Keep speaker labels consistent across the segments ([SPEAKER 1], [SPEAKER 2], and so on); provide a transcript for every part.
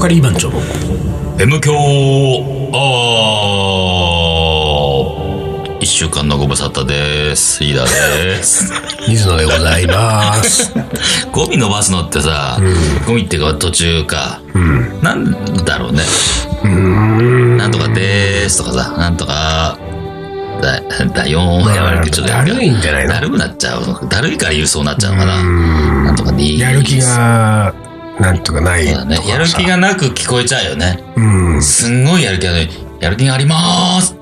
[SPEAKER 1] カリー番長
[SPEAKER 2] M 強アワー一週間のご無沙汰です。リーダー です。
[SPEAKER 1] 水野でございます。
[SPEAKER 2] ゴミ伸ばすのってさ、ゴミっていうか途中か、なんだろうね。なんとかでーすとかさ、なんとか、だ、だよーん
[SPEAKER 1] まあ
[SPEAKER 2] やられてちょっと
[SPEAKER 1] だるいんじゃないの
[SPEAKER 2] だるくなっちゃう。だるいから言うそうなっちゃうのかな。なんとかでーす。
[SPEAKER 1] やる気が、なんとかない
[SPEAKER 2] そうだね
[SPEAKER 1] と。か
[SPEAKER 2] やる
[SPEAKER 1] さ
[SPEAKER 2] 気。がなく聞こえちゃうよね。
[SPEAKER 1] うん。
[SPEAKER 2] すんごいやる気がない。やる気がありまーすっ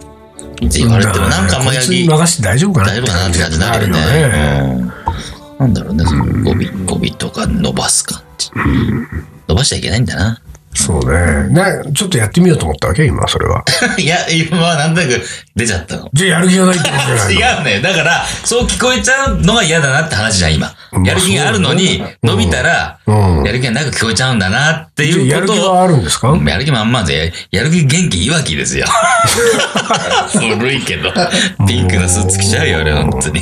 [SPEAKER 2] て言われても、なんかあんまやる
[SPEAKER 1] こいつ
[SPEAKER 2] 気
[SPEAKER 1] に任せて大丈夫かな
[SPEAKER 2] 大丈夫かなって感じになるよね。うんなんだろうね、そのゴミ、ゴミとか伸ばす感じ。伸ばしちゃいけないんだな。
[SPEAKER 1] そうね。な、ちょっとやってみようと思ったわけ今、それは。
[SPEAKER 2] いや、今はなんとなく出ちゃったの。
[SPEAKER 1] じゃあやる気がないってことじゃ ないの
[SPEAKER 2] 違うね。だから、そう聞こえちゃうのが嫌だなって話じゃん、今
[SPEAKER 1] まあ。
[SPEAKER 2] やる気があるのに、伸びたら、
[SPEAKER 1] うん
[SPEAKER 2] やる気がなく聞こえちゃうんだなって
[SPEAKER 1] じゃあや
[SPEAKER 2] いうこ
[SPEAKER 1] る気
[SPEAKER 2] とを
[SPEAKER 1] はあるんですか
[SPEAKER 2] やる気満々で、やる気元気いわき ですよ。古いけど。ピンクのスーツ着ちゃうよ、俺、本当に。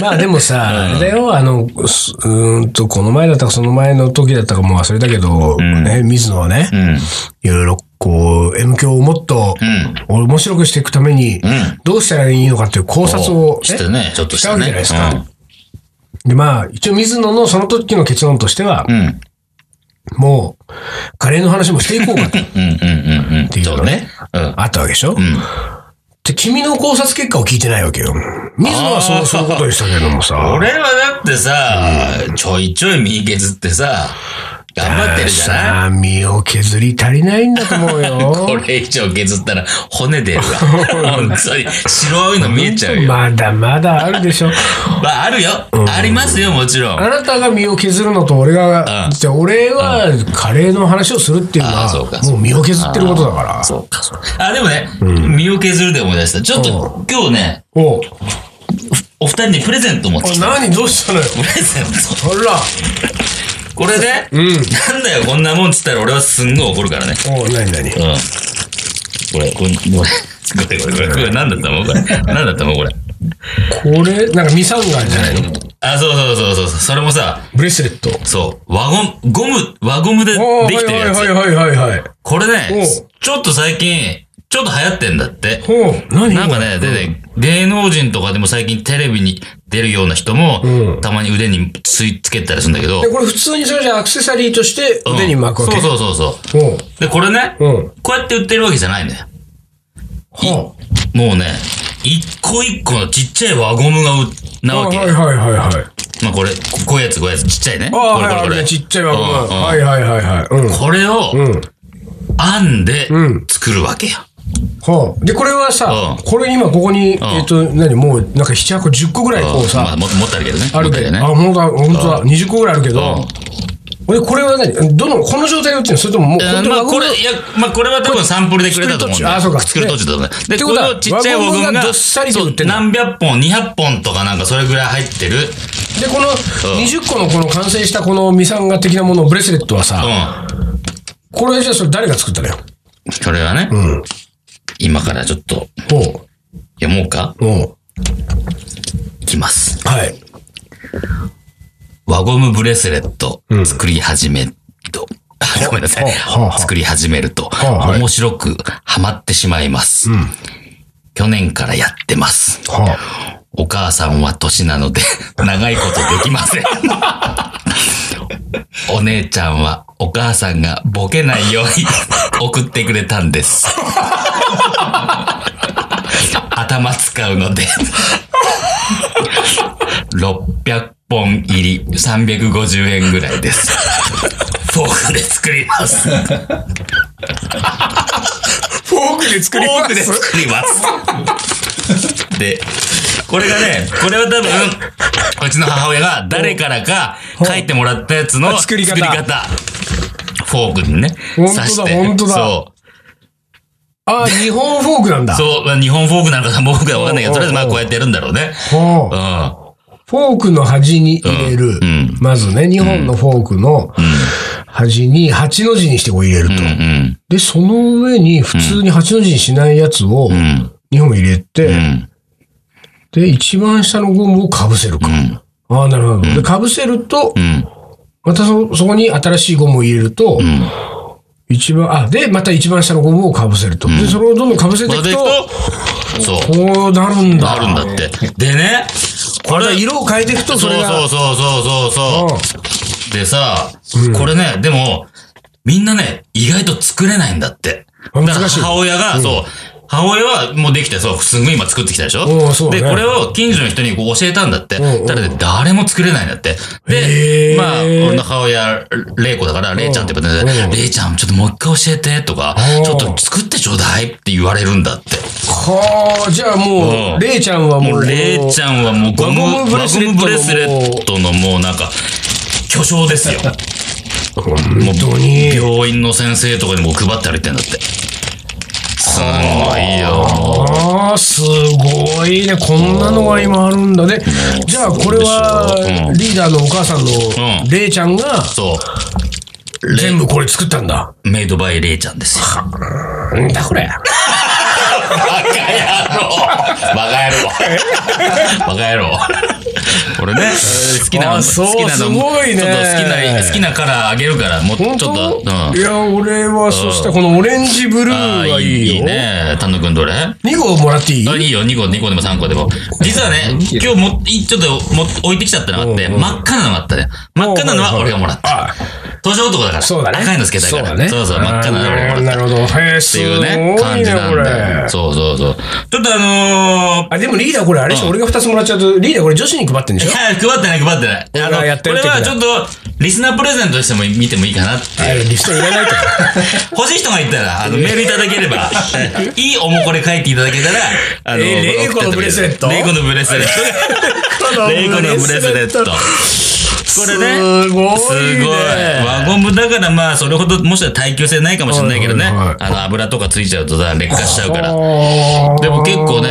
[SPEAKER 1] まあでもさ、あれだよ、あの、すうーんと、この前だったか、その前の時だったかもう忘れたけど、
[SPEAKER 2] ん
[SPEAKER 1] ね、水野はね
[SPEAKER 2] う、ん。うん。
[SPEAKER 1] いろいろこう、M 響をもっと、面白くしていくために、
[SPEAKER 2] ん
[SPEAKER 1] どうしたらいいのかっていう考察を、
[SPEAKER 2] してね、ちょっとした
[SPEAKER 1] 使う
[SPEAKER 2] ね。
[SPEAKER 1] じゃないですか
[SPEAKER 2] うん
[SPEAKER 1] で、まあ、一応水野のその時の結論としては
[SPEAKER 2] う、ん。
[SPEAKER 1] もう、カレーの話もしていこうかと、
[SPEAKER 2] うんうんうんうん。
[SPEAKER 1] ていう
[SPEAKER 2] そ
[SPEAKER 1] の
[SPEAKER 2] うね
[SPEAKER 1] ね。
[SPEAKER 2] うん。
[SPEAKER 1] あったわけでしょ
[SPEAKER 2] うん。
[SPEAKER 1] で、君の考察結果を聞いてないわけよ。水野はそう、そういうことでしたけどもさ。
[SPEAKER 2] 俺はだってさ、ちょいちょい右削ってさ、頑張ってるじゃない
[SPEAKER 1] さあ、身を削り足りないんだと思うよ。
[SPEAKER 2] これ以上削ったら骨 出るわ。本当に。白いの見えちゃうよ。
[SPEAKER 1] まだまだあるでしょ。
[SPEAKER 2] まあ、あるよ。ありますよ、もちろん。
[SPEAKER 1] あなたが身を削るのと俺が
[SPEAKER 2] う、ん
[SPEAKER 1] じゃあ俺はカレーの話をするっていうの
[SPEAKER 2] あーそうか
[SPEAKER 1] は、もう身を削ってることだから。
[SPEAKER 2] そうか、そうか。あ、でもね、身を削るで思い出した。ちょっと、今日ね、
[SPEAKER 1] おう
[SPEAKER 2] お二人にプレゼント持って
[SPEAKER 1] お
[SPEAKER 2] き
[SPEAKER 1] い
[SPEAKER 2] た。
[SPEAKER 1] 何どうしたのよ。
[SPEAKER 2] プレゼント。
[SPEAKER 1] ほら。
[SPEAKER 2] これで、なんだよ、こんなもんっつったら俺はすんごい怒るからね。
[SPEAKER 1] おう、何何
[SPEAKER 2] うん。これ、これ、これ、これ、これ、これ、これ、なんだったのこれ。なんだったのこれ。
[SPEAKER 1] これ、なんかミサンガじゃないの
[SPEAKER 2] あ、そうそうそうそう。それもさ、
[SPEAKER 1] ブレスレット。
[SPEAKER 2] そう、輪ゴム、ゴム、輪ゴムで
[SPEAKER 1] おう
[SPEAKER 2] できてる
[SPEAKER 1] は
[SPEAKER 2] や
[SPEAKER 1] い
[SPEAKER 2] つ。
[SPEAKER 1] はいはいはいはい。
[SPEAKER 2] これね
[SPEAKER 1] おう、
[SPEAKER 2] ちょっと最近、ちょっと流行ってんだって。
[SPEAKER 1] おう、何
[SPEAKER 2] なんかね、でね、芸能人とかでも最近テレビに出るような人も、たまに腕についつけたりするんだけど
[SPEAKER 1] で、これ普通にそれじゃアクセサリーとして
[SPEAKER 2] うん
[SPEAKER 1] 腕に巻くわけ。
[SPEAKER 2] そうそうそうそう。
[SPEAKER 1] おう
[SPEAKER 2] で、これね、
[SPEAKER 1] うん
[SPEAKER 2] こうやって売ってるわけじゃないんだよ。い
[SPEAKER 1] は
[SPEAKER 2] もうね、一個一個のちっちゃい輪ゴムがう、
[SPEAKER 1] あ
[SPEAKER 2] なわ
[SPEAKER 1] はい
[SPEAKER 2] け。
[SPEAKER 1] はいはいはいはい。
[SPEAKER 2] まあこれ、ここういうやつ、こういうやつ、ちっちゃいね。
[SPEAKER 1] ああ、
[SPEAKER 2] これ
[SPEAKER 1] はい
[SPEAKER 2] こ
[SPEAKER 1] はい。
[SPEAKER 2] れこれ。
[SPEAKER 1] ちっちゃい枠が。
[SPEAKER 2] うんうん
[SPEAKER 1] はいはいはいはい。うん。
[SPEAKER 2] これを、
[SPEAKER 1] うん。
[SPEAKER 2] 編んで
[SPEAKER 1] うん
[SPEAKER 2] 作るわけよ。
[SPEAKER 1] はあ、で、これはさ、
[SPEAKER 2] うん
[SPEAKER 1] これ今ここに、えっと、何、もうなんか7、8個、10個ぐらいこう
[SPEAKER 2] まあ、
[SPEAKER 1] さ、
[SPEAKER 2] も持ってあるけどね。
[SPEAKER 1] あるけ
[SPEAKER 2] 持
[SPEAKER 1] ど
[SPEAKER 2] って
[SPEAKER 1] ね。あ、
[SPEAKER 2] ある
[SPEAKER 1] 本当だ、本当だ、20個ぐらいあるけど、
[SPEAKER 2] けどね。
[SPEAKER 1] 俺、これは何どの、この状態で打ってんのそれとももう、
[SPEAKER 2] うん
[SPEAKER 1] 本
[SPEAKER 2] えー
[SPEAKER 1] 当
[SPEAKER 2] ま
[SPEAKER 1] に
[SPEAKER 2] あこれ、いや、まあこれは多分サンプルでくれたと思うんだよ。
[SPEAKER 1] あそうか
[SPEAKER 2] 作る途中だと思う。
[SPEAKER 1] ね
[SPEAKER 2] で、
[SPEAKER 1] って
[SPEAKER 2] こ
[SPEAKER 1] ことは
[SPEAKER 2] のちっちゃい輪ゴ
[SPEAKER 1] 輪
[SPEAKER 2] ム
[SPEAKER 1] ゴムが
[SPEAKER 2] が、
[SPEAKER 1] どっさりと売ってんの
[SPEAKER 2] そう何百本、二百本とかなんかそれぐらい入ってる。
[SPEAKER 1] で、この20個のこの完成したこのミサンガ的なもの、ブレスレットはさ、
[SPEAKER 2] う
[SPEAKER 1] これじゃあそれ誰が作ったのよ。
[SPEAKER 2] ん。それはね、
[SPEAKER 1] ん
[SPEAKER 2] 今からちょっと
[SPEAKER 1] おう、
[SPEAKER 2] 読もうか。
[SPEAKER 1] おう、
[SPEAKER 2] いきます。
[SPEAKER 1] はい。
[SPEAKER 2] 輪ゴムブレスレット作り始めと、 ごめんなさい、
[SPEAKER 1] はあはあ
[SPEAKER 2] 作り始めると、
[SPEAKER 1] あはい
[SPEAKER 2] 面白くハマってしまいます、去年からやってます。
[SPEAKER 1] は
[SPEAKER 2] お母さんは年なので 長いことできません。 お姉ちゃんはお母さんがボケないように 送ってくれたんです。 頭使うので。600本入り350円ぐらいです。フォークで作ります。フォ
[SPEAKER 1] フォークで作
[SPEAKER 2] ークで作ります。で、これがね、これは多分、うちの母親が誰からか書いてもらったやつの
[SPEAKER 1] 作り方
[SPEAKER 2] フォークにね、
[SPEAKER 1] 本
[SPEAKER 2] 刺
[SPEAKER 1] 当だ
[SPEAKER 2] して。
[SPEAKER 1] 本当だ
[SPEAKER 2] そう。
[SPEAKER 1] あ、日本フォークなんだ。
[SPEAKER 2] そう、まあ日本フォークなのか3本フォークなのかわかんないけど、とりあえずまあこうやってやるんだろうね。
[SPEAKER 1] ほう
[SPEAKER 2] うん。
[SPEAKER 1] フォークの端に入れる。
[SPEAKER 2] うんうん
[SPEAKER 1] まずね、日本のフォークの端に8の字にしてこう入れると。
[SPEAKER 2] うん
[SPEAKER 1] で、その上に普通に8の字にしないやつを
[SPEAKER 2] うん。うん。
[SPEAKER 1] 2本入れて、
[SPEAKER 2] うん。
[SPEAKER 1] で、一番下のゴムをかぶせるか。
[SPEAKER 2] ん
[SPEAKER 1] ああ、なるほど。で、かぶせると、
[SPEAKER 2] うん。
[SPEAKER 1] またそ、そこに新しいゴムを入れると、
[SPEAKER 2] うん。
[SPEAKER 1] 一番、あ、で、また一番下のゴムをかぶせると。で、それをどんどんかぶせてい
[SPEAKER 2] ま
[SPEAKER 1] く
[SPEAKER 2] でい
[SPEAKER 1] と、
[SPEAKER 2] くと、そう。
[SPEAKER 1] こうなるんだ。
[SPEAKER 2] あるんだって。でね、これ、
[SPEAKER 1] 色を変えていくと、そ
[SPEAKER 2] そう
[SPEAKER 1] れが。
[SPEAKER 2] そうそうそうそうそう。でさ、これね、でも、みんなね、意外と作れないんだって。
[SPEAKER 1] あ
[SPEAKER 2] だから
[SPEAKER 1] 難しい
[SPEAKER 2] 母親が、そう、母親はもうできて、そう、すぐ今作ってきたでし
[SPEAKER 1] お
[SPEAKER 2] ょ
[SPEAKER 1] うそうね
[SPEAKER 2] で、これを近所の人にこう教えたんだって。
[SPEAKER 1] うんうん
[SPEAKER 2] ただね、誰も作れないんだって。
[SPEAKER 1] へー、
[SPEAKER 2] でまあ、俺の母親、レイコだから、レイちゃんって呼ばれて
[SPEAKER 1] うん
[SPEAKER 2] て、レイちゃん、ちょっともう一回教えて、とか
[SPEAKER 1] おう、
[SPEAKER 2] ちょっと作ってちょうだいって言われるんだって。
[SPEAKER 1] はあ、じゃあも
[SPEAKER 2] う
[SPEAKER 1] う、
[SPEAKER 2] ん
[SPEAKER 1] レイちゃんはも
[SPEAKER 2] も
[SPEAKER 1] う、
[SPEAKER 2] う、レイちゃんはもうゴム、
[SPEAKER 1] ゴムブレスレットの
[SPEAKER 2] ゴムブレスレットのもうなんか、巨匠ですよ。もう
[SPEAKER 1] 本当に。
[SPEAKER 2] 病院の先生とかにも配って歩いてんだって。すごいよ。
[SPEAKER 1] ああ、すごいね。こんなのが今あるんだね。じゃあ、これは
[SPEAKER 2] う、ん
[SPEAKER 1] リーダーのお母さん
[SPEAKER 2] う
[SPEAKER 1] の
[SPEAKER 2] ん
[SPEAKER 1] レイちゃんが、
[SPEAKER 2] そう。
[SPEAKER 1] 全部これ作ったんだ。
[SPEAKER 2] メイドバイレイちゃんですよ。
[SPEAKER 1] なんだこれ。
[SPEAKER 2] バカ野郎バカ野郎バカ野郎俺ね、好きな
[SPEAKER 1] あ
[SPEAKER 2] の、
[SPEAKER 1] そう
[SPEAKER 2] 好きなの、
[SPEAKER 1] すごいね
[SPEAKER 2] ちょっと好きな、好きなカラーあげるから、もうちょ
[SPEAKER 1] 本
[SPEAKER 2] っと、
[SPEAKER 1] 当
[SPEAKER 2] うん。あ
[SPEAKER 1] いや、俺は、そしたらこのオレンジブル
[SPEAKER 2] あ
[SPEAKER 1] ー
[SPEAKER 2] ー、
[SPEAKER 1] がい
[SPEAKER 2] いい
[SPEAKER 1] い
[SPEAKER 2] いい
[SPEAKER 1] よ。
[SPEAKER 2] ね。丹野くんどれ
[SPEAKER 1] 2号もらっていい
[SPEAKER 2] あいいよ、2個、2個でも3個でも。実はね、今日も、いちょっとも置いてきちゃったのがあって、
[SPEAKER 1] うんうん
[SPEAKER 2] 真っ赤なのがあったね。真っ赤なのは俺がもらった。
[SPEAKER 1] あ
[SPEAKER 2] 年男だから。
[SPEAKER 1] そうだね。
[SPEAKER 2] 赤いのつけたい
[SPEAKER 1] そ
[SPEAKER 2] か
[SPEAKER 1] う
[SPEAKER 2] ら。
[SPEAKER 1] だね。
[SPEAKER 2] そうそう、真っ赤なのは俺がもらった。
[SPEAKER 1] な
[SPEAKER 2] っ
[SPEAKER 1] るほど。へえ、
[SPEAKER 2] て
[SPEAKER 1] す
[SPEAKER 2] い
[SPEAKER 1] ご
[SPEAKER 2] うね、
[SPEAKER 1] い
[SPEAKER 2] 感じ
[SPEAKER 1] ね、
[SPEAKER 2] な
[SPEAKER 1] こ
[SPEAKER 2] んだよ。
[SPEAKER 1] れ。
[SPEAKER 2] そうそうそう。ちょっとあのー、
[SPEAKER 1] あ、でもリーダーこれあれでしょ、
[SPEAKER 2] うん
[SPEAKER 1] 俺が2つもらっちゃうと、リーダーこれ女子に配ってんでし
[SPEAKER 2] い
[SPEAKER 1] ょ
[SPEAKER 2] や、配ってない、配ってない。あ
[SPEAKER 1] 俺はやっ
[SPEAKER 2] の、
[SPEAKER 1] て
[SPEAKER 2] こ
[SPEAKER 1] る
[SPEAKER 2] れ
[SPEAKER 1] 時だ
[SPEAKER 2] はちょっと、リスナープレゼントしても見てもいいかなって。
[SPEAKER 1] あれ、リストいらないとか。
[SPEAKER 2] 欲しい人がいたら、あの、メールいただけ れば、いいおもこれ書いていただけたら、あの、
[SPEAKER 1] えレイコのブレスレット
[SPEAKER 2] レイコのブレスレッ ト。レイコのブレスレット。これ
[SPEAKER 1] す
[SPEAKER 2] ね。
[SPEAKER 1] ごい、ね。
[SPEAKER 2] すごい。輪ゴムだからまあ、それほど、もしかしたら耐久性ないかもしれないけどね。
[SPEAKER 1] はいはいはい
[SPEAKER 2] あの、油とかついちゃうとさ、劣化しちゃうから。
[SPEAKER 1] あー
[SPEAKER 2] でも結構ね、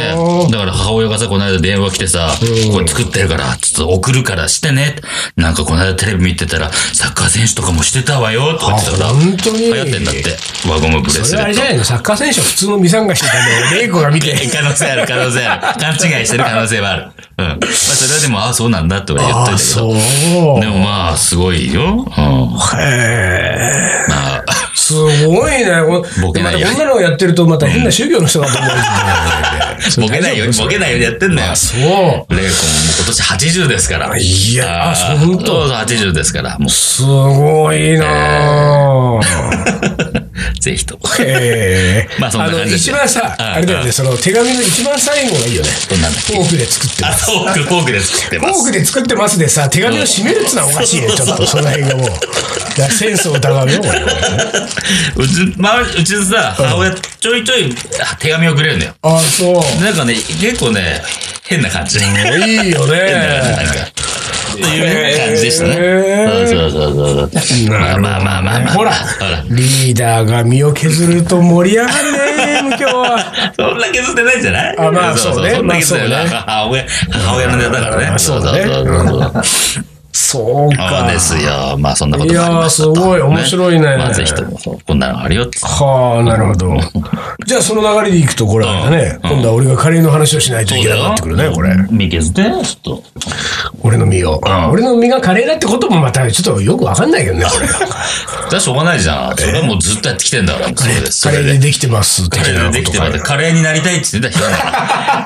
[SPEAKER 2] だから母親がさ、この間電話来てさ、これ作ってるから、ちょっと送るからしてね。なんかこの間テレビ見てたら、サッカー選手とかもしてたわよ、とか言ってたから、
[SPEAKER 1] あ本当に
[SPEAKER 2] 流行ってんだって。輪ゴムブレス
[SPEAKER 1] そ
[SPEAKER 2] レ
[SPEAKER 1] れあれ
[SPEAKER 2] ッ
[SPEAKER 1] じ
[SPEAKER 2] ト
[SPEAKER 1] ゃ。ないのサッカー選手は普通のミサンガしてたのを、レイコが見 て。
[SPEAKER 2] 可能性ある、可能性ある。勘違いしてる可能性はある。うん。まあそれはでも、ああ、そうなんだって俺は言っといたけど。
[SPEAKER 1] う。
[SPEAKER 2] でもまあ、すごいよ。うん。ま
[SPEAKER 1] へー
[SPEAKER 2] あ、
[SPEAKER 1] すごいね。こ
[SPEAKER 2] ボケ
[SPEAKER 1] ま
[SPEAKER 2] な
[SPEAKER 1] た
[SPEAKER 2] いように
[SPEAKER 1] 女の子やってると、また変な宗教の人だと思う。
[SPEAKER 2] ボケないように、ボケないようにやってんだよ。
[SPEAKER 1] そう。
[SPEAKER 2] レイコももう今年80ですから。
[SPEAKER 1] いや、あ、
[SPEAKER 2] あ
[SPEAKER 1] そう
[SPEAKER 2] ー
[SPEAKER 1] 本当。
[SPEAKER 2] そうそう80ですから。も
[SPEAKER 1] すごいなぁ。
[SPEAKER 2] う、ぜひとも。
[SPEAKER 1] ええ
[SPEAKER 2] まあそんな感じ
[SPEAKER 1] の、
[SPEAKER 2] です
[SPEAKER 1] 一番さ、
[SPEAKER 2] うん
[SPEAKER 1] あれだよね、その手紙の一番最後がいいよね。
[SPEAKER 2] どんなんだっ
[SPEAKER 1] フ
[SPEAKER 2] け
[SPEAKER 1] ォークで作って
[SPEAKER 2] あ、
[SPEAKER 1] ます。
[SPEAKER 2] フォーク、フォークで作って
[SPEAKER 1] フ
[SPEAKER 2] ま
[SPEAKER 1] ォ ー
[SPEAKER 2] す。
[SPEAKER 1] クで作ってますでさ、手紙を締めるっつのはおかしいね、ちょっと。その辺がもう。いや、センスを疑うよ、これ。
[SPEAKER 2] うち、まあ、うちのさ、母親ちょいちょい手紙をくれるのよ。
[SPEAKER 1] あ、そう。
[SPEAKER 2] なんかね、結構ね、変な感じ。変な、
[SPEAKER 1] いいよ
[SPEAKER 2] なん
[SPEAKER 1] ね。
[SPEAKER 2] か。っていう感じでした
[SPEAKER 1] へー
[SPEAKER 2] ね。そうそうそうそう。まあまあまあまあまあ。
[SPEAKER 1] ほら
[SPEAKER 2] ほら。
[SPEAKER 1] リーダーが身を削ると盛り上がるね、今日は。
[SPEAKER 2] そんな削ってないじゃない
[SPEAKER 1] あまあそうね
[SPEAKER 2] んな削ってない
[SPEAKER 1] ま
[SPEAKER 2] 母親、母親のネタだか
[SPEAKER 1] ま
[SPEAKER 2] ら
[SPEAKER 1] あ
[SPEAKER 2] ね。
[SPEAKER 1] そうだね
[SPEAKER 2] そうそうそうそう。
[SPEAKER 1] そう
[SPEAKER 2] そう
[SPEAKER 1] か
[SPEAKER 2] で。すよ。まあそんなこともありました
[SPEAKER 1] いやー
[SPEAKER 2] と
[SPEAKER 1] すごい面白いね
[SPEAKER 2] まあぜひとも、こんなのあるよって。
[SPEAKER 1] はあ、なるほど。じゃあ、その流れでいくと、これあれだね。今度は俺がカレーの話をしないといけなくなってくるね、これ。
[SPEAKER 2] 身削って、ちょっと。
[SPEAKER 1] 俺の身を。俺の身がカレーだってこともまた、ちょっとよくわかんないけどね、これ。
[SPEAKER 2] じゃあしょうがないじゃん。それはもうずっとやってきてんだから。それで、そ
[SPEAKER 1] カレ
[SPEAKER 2] れ
[SPEAKER 1] ー
[SPEAKER 2] で
[SPEAKER 1] で。できてます、的
[SPEAKER 2] カレ
[SPEAKER 1] な
[SPEAKER 2] ーで
[SPEAKER 1] こ
[SPEAKER 2] でき
[SPEAKER 1] と
[SPEAKER 2] て
[SPEAKER 1] か
[SPEAKER 2] またカレーになりたいって言ってた人だか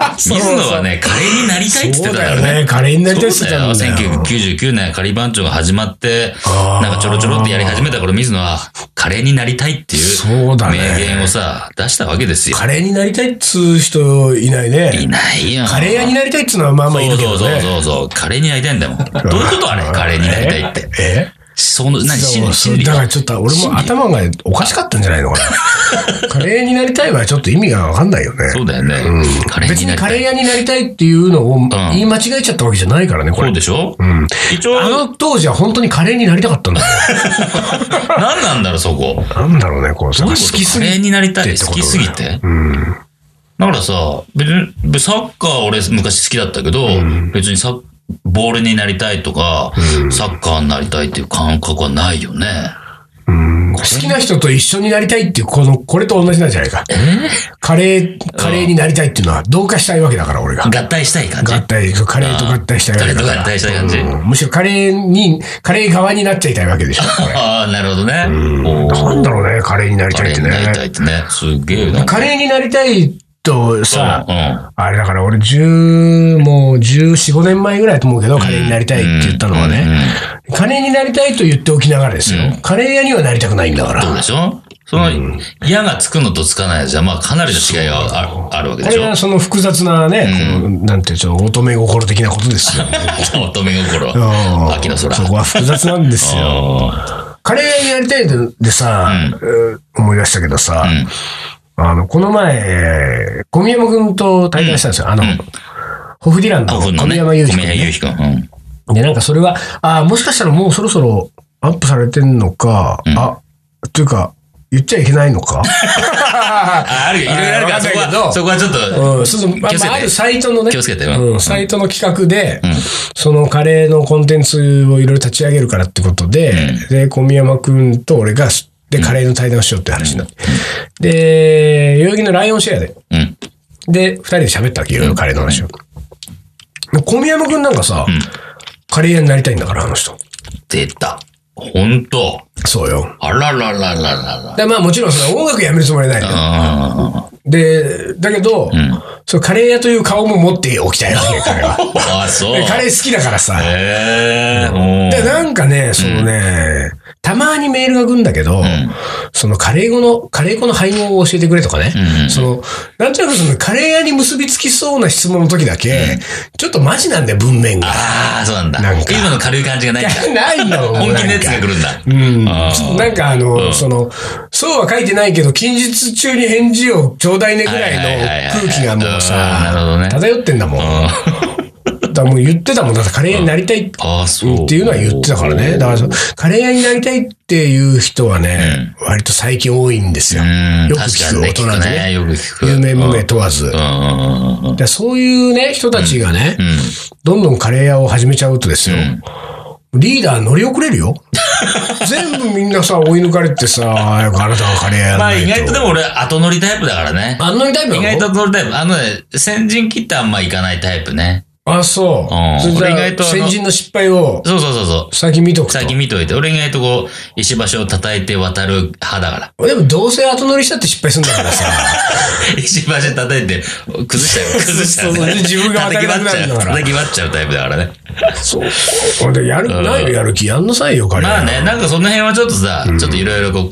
[SPEAKER 2] ら。水野はね、カレーになりたいって言ってたから
[SPEAKER 1] そうだよね
[SPEAKER 2] ね。
[SPEAKER 1] カレーになりたいって言ってたんだよ
[SPEAKER 2] そう1999年、カリ番長が始まって、
[SPEAKER 1] あー
[SPEAKER 2] なんかちょろちょろってやり始めた頃、水野は、カレーになりたいっていう
[SPEAKER 1] そうだね
[SPEAKER 2] 名言をさ、出したわけですよ。
[SPEAKER 1] カレーになりたいっつう人いないね。
[SPEAKER 2] いないよ。
[SPEAKER 1] カレー屋になりたいっつうのはまあまあい
[SPEAKER 2] そ
[SPEAKER 1] る
[SPEAKER 2] う
[SPEAKER 1] け
[SPEAKER 2] そ
[SPEAKER 1] ど
[SPEAKER 2] うそう
[SPEAKER 1] ね。
[SPEAKER 2] そうそう。カレーになりたい んだもん。どういうことあれカレーになりたいって。
[SPEAKER 1] え
[SPEAKER 2] その、何、
[SPEAKER 1] そ
[SPEAKER 2] 心
[SPEAKER 1] う
[SPEAKER 2] 理
[SPEAKER 1] そ
[SPEAKER 2] 心
[SPEAKER 1] う
[SPEAKER 2] 理
[SPEAKER 1] だからちょっと俺も頭がおかしかったんじゃないのか な。カレーになりたいはちょっと意味がわかんないよね。
[SPEAKER 2] そうだよね。カレー
[SPEAKER 1] 別
[SPEAKER 2] にな
[SPEAKER 1] に
[SPEAKER 2] り
[SPEAKER 1] カ
[SPEAKER 2] た
[SPEAKER 1] レー
[SPEAKER 2] い。
[SPEAKER 1] 屋になりたいっていうのを言い間違えちゃったわけじゃないからね、こ
[SPEAKER 2] そ
[SPEAKER 1] れ
[SPEAKER 2] う。でしょうん。一応、
[SPEAKER 1] あの当時は本当にカレーになりたかったんだよ。
[SPEAKER 2] 何なんだろう、そこ。
[SPEAKER 1] なんだろうね、こうさ。好きす
[SPEAKER 2] カレー
[SPEAKER 1] ぎ。
[SPEAKER 2] になりたい。
[SPEAKER 1] ってこ
[SPEAKER 2] 好
[SPEAKER 1] とだよ
[SPEAKER 2] きすぎて。だからさ、別に、別にサッカー俺昔好きだったけど、別にサッボールになりたいとか、サッカーになりたいっていう感覚はないよね。
[SPEAKER 1] うん好きな人と一緒になりたいっていう、この、これと同じなんじゃないか。カレー、カレーになりたいっていうのは、同化したいわけだから、俺が。
[SPEAKER 2] 合体したい感じ。
[SPEAKER 1] 合体、カレーと合体したいわけだから。
[SPEAKER 2] カレーと合体したい感じ
[SPEAKER 1] うんむしろカレーに、カレー側になっちゃいたいわけでしょ。これ
[SPEAKER 2] ああ、なるほどね。おー
[SPEAKER 1] なんだろうね、カレーになり
[SPEAKER 2] カ
[SPEAKER 1] たい
[SPEAKER 2] レ
[SPEAKER 1] って
[SPEAKER 2] ーになりた
[SPEAKER 1] ね。
[SPEAKER 2] いってね。すげえな。
[SPEAKER 1] カレーになりたいとさ、
[SPEAKER 2] うん
[SPEAKER 1] あれだから俺10、もう14、5年前ぐらいだと思うけど、カレーになりたいって言ったのはね。カレーになりたいと言っておきながらですよ。カレー屋にはなりたくないんだから。
[SPEAKER 2] そうでしょその、矢がつくのとつかないじゃ、まあかなりの違いがああるわけ
[SPEAKER 1] こ
[SPEAKER 2] でし
[SPEAKER 1] れ
[SPEAKER 2] ょ
[SPEAKER 1] がその複雑なね、このなんていうちょっと乙女心的なことですよ。
[SPEAKER 2] 乙女心
[SPEAKER 1] うん、
[SPEAKER 2] 秋の空。
[SPEAKER 1] そこは複雑なんですよ。
[SPEAKER 2] あ
[SPEAKER 1] カレー屋になりたいででさ、えー思い出したけどさ、あの、この前、えー小宮山くんと対談したんですよ。あの、ホフディラン
[SPEAKER 2] ー
[SPEAKER 1] の
[SPEAKER 2] 古墳の
[SPEAKER 1] 小
[SPEAKER 2] ね、
[SPEAKER 1] 宮山
[SPEAKER 2] 小宮
[SPEAKER 1] 雄
[SPEAKER 2] 山
[SPEAKER 1] 二
[SPEAKER 2] 裕くん。うん
[SPEAKER 1] 君。で、なんかそれは、あーもしかしたらもうそろそろアップされてんのか、あ、というか、言っちゃいけないのか。
[SPEAKER 2] ああるよ、いろいろあるから、
[SPEAKER 1] わかん
[SPEAKER 2] そ
[SPEAKER 1] ない
[SPEAKER 2] こ
[SPEAKER 1] け
[SPEAKER 2] は、
[SPEAKER 1] ど
[SPEAKER 2] そこはちょっと、
[SPEAKER 1] うん、そうそう、まあ
[SPEAKER 2] 気をつけて
[SPEAKER 1] まあ、あるサイトのね、
[SPEAKER 2] 気をつけてよ
[SPEAKER 1] うんサイトの企画で、そのカレーのコンテンツをいろいろ立ち上げるからってことで、で、小宮山くんと俺が、で、カレーの対談をしようって話になって。で、代々木のライオンシェアで、
[SPEAKER 2] うん。
[SPEAKER 1] で、二人で喋ったわけ、いろいろカレーの話を。小宮山くんなんかさ、カレー屋になりたいんだから、あの人。
[SPEAKER 2] 出た。ほんと。
[SPEAKER 1] そうよ。
[SPEAKER 2] あらららららら。
[SPEAKER 1] でまあもちろんその音楽やめるつもりはないのよ
[SPEAKER 2] あ
[SPEAKER 1] で、だけど、そのカレー屋という顔も持って おきたいわけ、彼は。
[SPEAKER 2] あ、そう。
[SPEAKER 1] でカレー好きだからさ。
[SPEAKER 2] へーうん
[SPEAKER 1] で、なんかね、そのね、たまにメールが来るんだけど、そのカレー語の、カレー語の配合を教えてくれとかね、その、なんとなくそのカレー屋に結びつきそうな質問の時だけ、ちょっとマジなんだよ、文面 が。
[SPEAKER 2] ああ、そうなんだ。
[SPEAKER 1] なんか
[SPEAKER 2] 今の軽い感じがない んだ。
[SPEAKER 1] ないんだろう、もう
[SPEAKER 2] 本
[SPEAKER 1] なん
[SPEAKER 2] 気のやつ
[SPEAKER 1] か
[SPEAKER 2] が来るんだ。
[SPEAKER 1] うん
[SPEAKER 2] あー
[SPEAKER 1] なんかあの、その、そうは書いてないけど、近日中に返事をちょうだいねぐらい
[SPEAKER 2] はいはいはいはい
[SPEAKER 1] の空気がもう
[SPEAKER 2] うんなるほど
[SPEAKER 1] さ
[SPEAKER 2] ね、
[SPEAKER 1] 漂ってんだもん。だからもう言ってたもん、だってカレー屋になりたいって
[SPEAKER 2] ああ、そう。
[SPEAKER 1] っていうのは言ってたからね。だからその、カレー屋になりたいっていう人はね、割と最近多いんですよ。
[SPEAKER 2] うん
[SPEAKER 1] よく聞く大人で
[SPEAKER 2] 確かにね
[SPEAKER 1] ね。
[SPEAKER 2] よく聞く。
[SPEAKER 1] 有名無名問わず。だ
[SPEAKER 2] う
[SPEAKER 1] か
[SPEAKER 2] んうんうんうん。
[SPEAKER 1] らそういうね、人たちがね、どんどんカレー屋を始めちゃうとですよ。リーダー乗り遅れる よ。全部みんなさ、追い抜かれてさ、早くあなたがカレー屋やん
[SPEAKER 2] ま
[SPEAKER 1] な
[SPEAKER 2] あ意
[SPEAKER 1] い
[SPEAKER 2] 外と
[SPEAKER 1] と。
[SPEAKER 2] でも俺、後乗りタイプだからね。
[SPEAKER 1] あんのりタイプな
[SPEAKER 2] 意
[SPEAKER 1] の
[SPEAKER 2] 外と後乗りタイプ。あのね、先陣切ってあんま行かないタイプね。
[SPEAKER 1] あ、そう
[SPEAKER 2] うん。
[SPEAKER 1] それじゃあ
[SPEAKER 2] 俺意外とあの
[SPEAKER 1] 先人の失敗を
[SPEAKER 2] そうそうそうそ
[SPEAKER 1] 先見と
[SPEAKER 2] う。
[SPEAKER 1] くと。
[SPEAKER 2] 先見といて。俺意外とこう、石橋を叩いて渡る派だから。
[SPEAKER 1] でもどうせ後乗りしたって失敗するんだからさ。
[SPEAKER 2] 石橋叩いて、崩しちゃう。崩しちゃ
[SPEAKER 1] そ
[SPEAKER 2] う、
[SPEAKER 1] うそう自分が渡れ
[SPEAKER 2] 叩き
[SPEAKER 1] なく
[SPEAKER 2] 割っ
[SPEAKER 1] な
[SPEAKER 2] ち
[SPEAKER 1] るんだ
[SPEAKER 2] ゃう。
[SPEAKER 1] から
[SPEAKER 2] 叩き割っちゃうタイプだからね。
[SPEAKER 1] そう。俺でやる、ないよ、やる気。やんなさいよ、彼。
[SPEAKER 2] まあね、なんかその辺はちょっとさ、ちょっといろいろこう、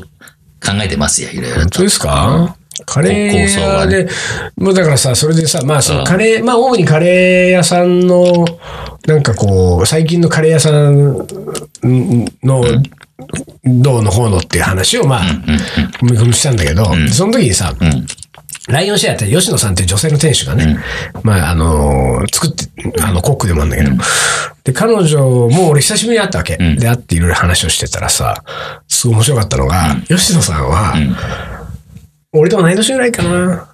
[SPEAKER 2] 考えてますよ、いろいろ
[SPEAKER 1] 本当
[SPEAKER 2] と。
[SPEAKER 1] ですかカレー屋で、もうだからさ、それでさ、まあそのカレー、まあ主にカレー屋さんの、なんかこう、最近のカレー屋さんの、どうの方のっていう話を、まあ、踏み込みしたんだけど、その時にさ、ライオンシェアって吉野さんっていう女性の店主がね、まあ、あのー作って、あの、コックでもあるんだけど、で、彼女も俺久しぶりに会ったわけ。で、会っていろいろ話をしてたらさ、すごい面白かったのが、吉野さんは、俺と同い年ぐらいかな。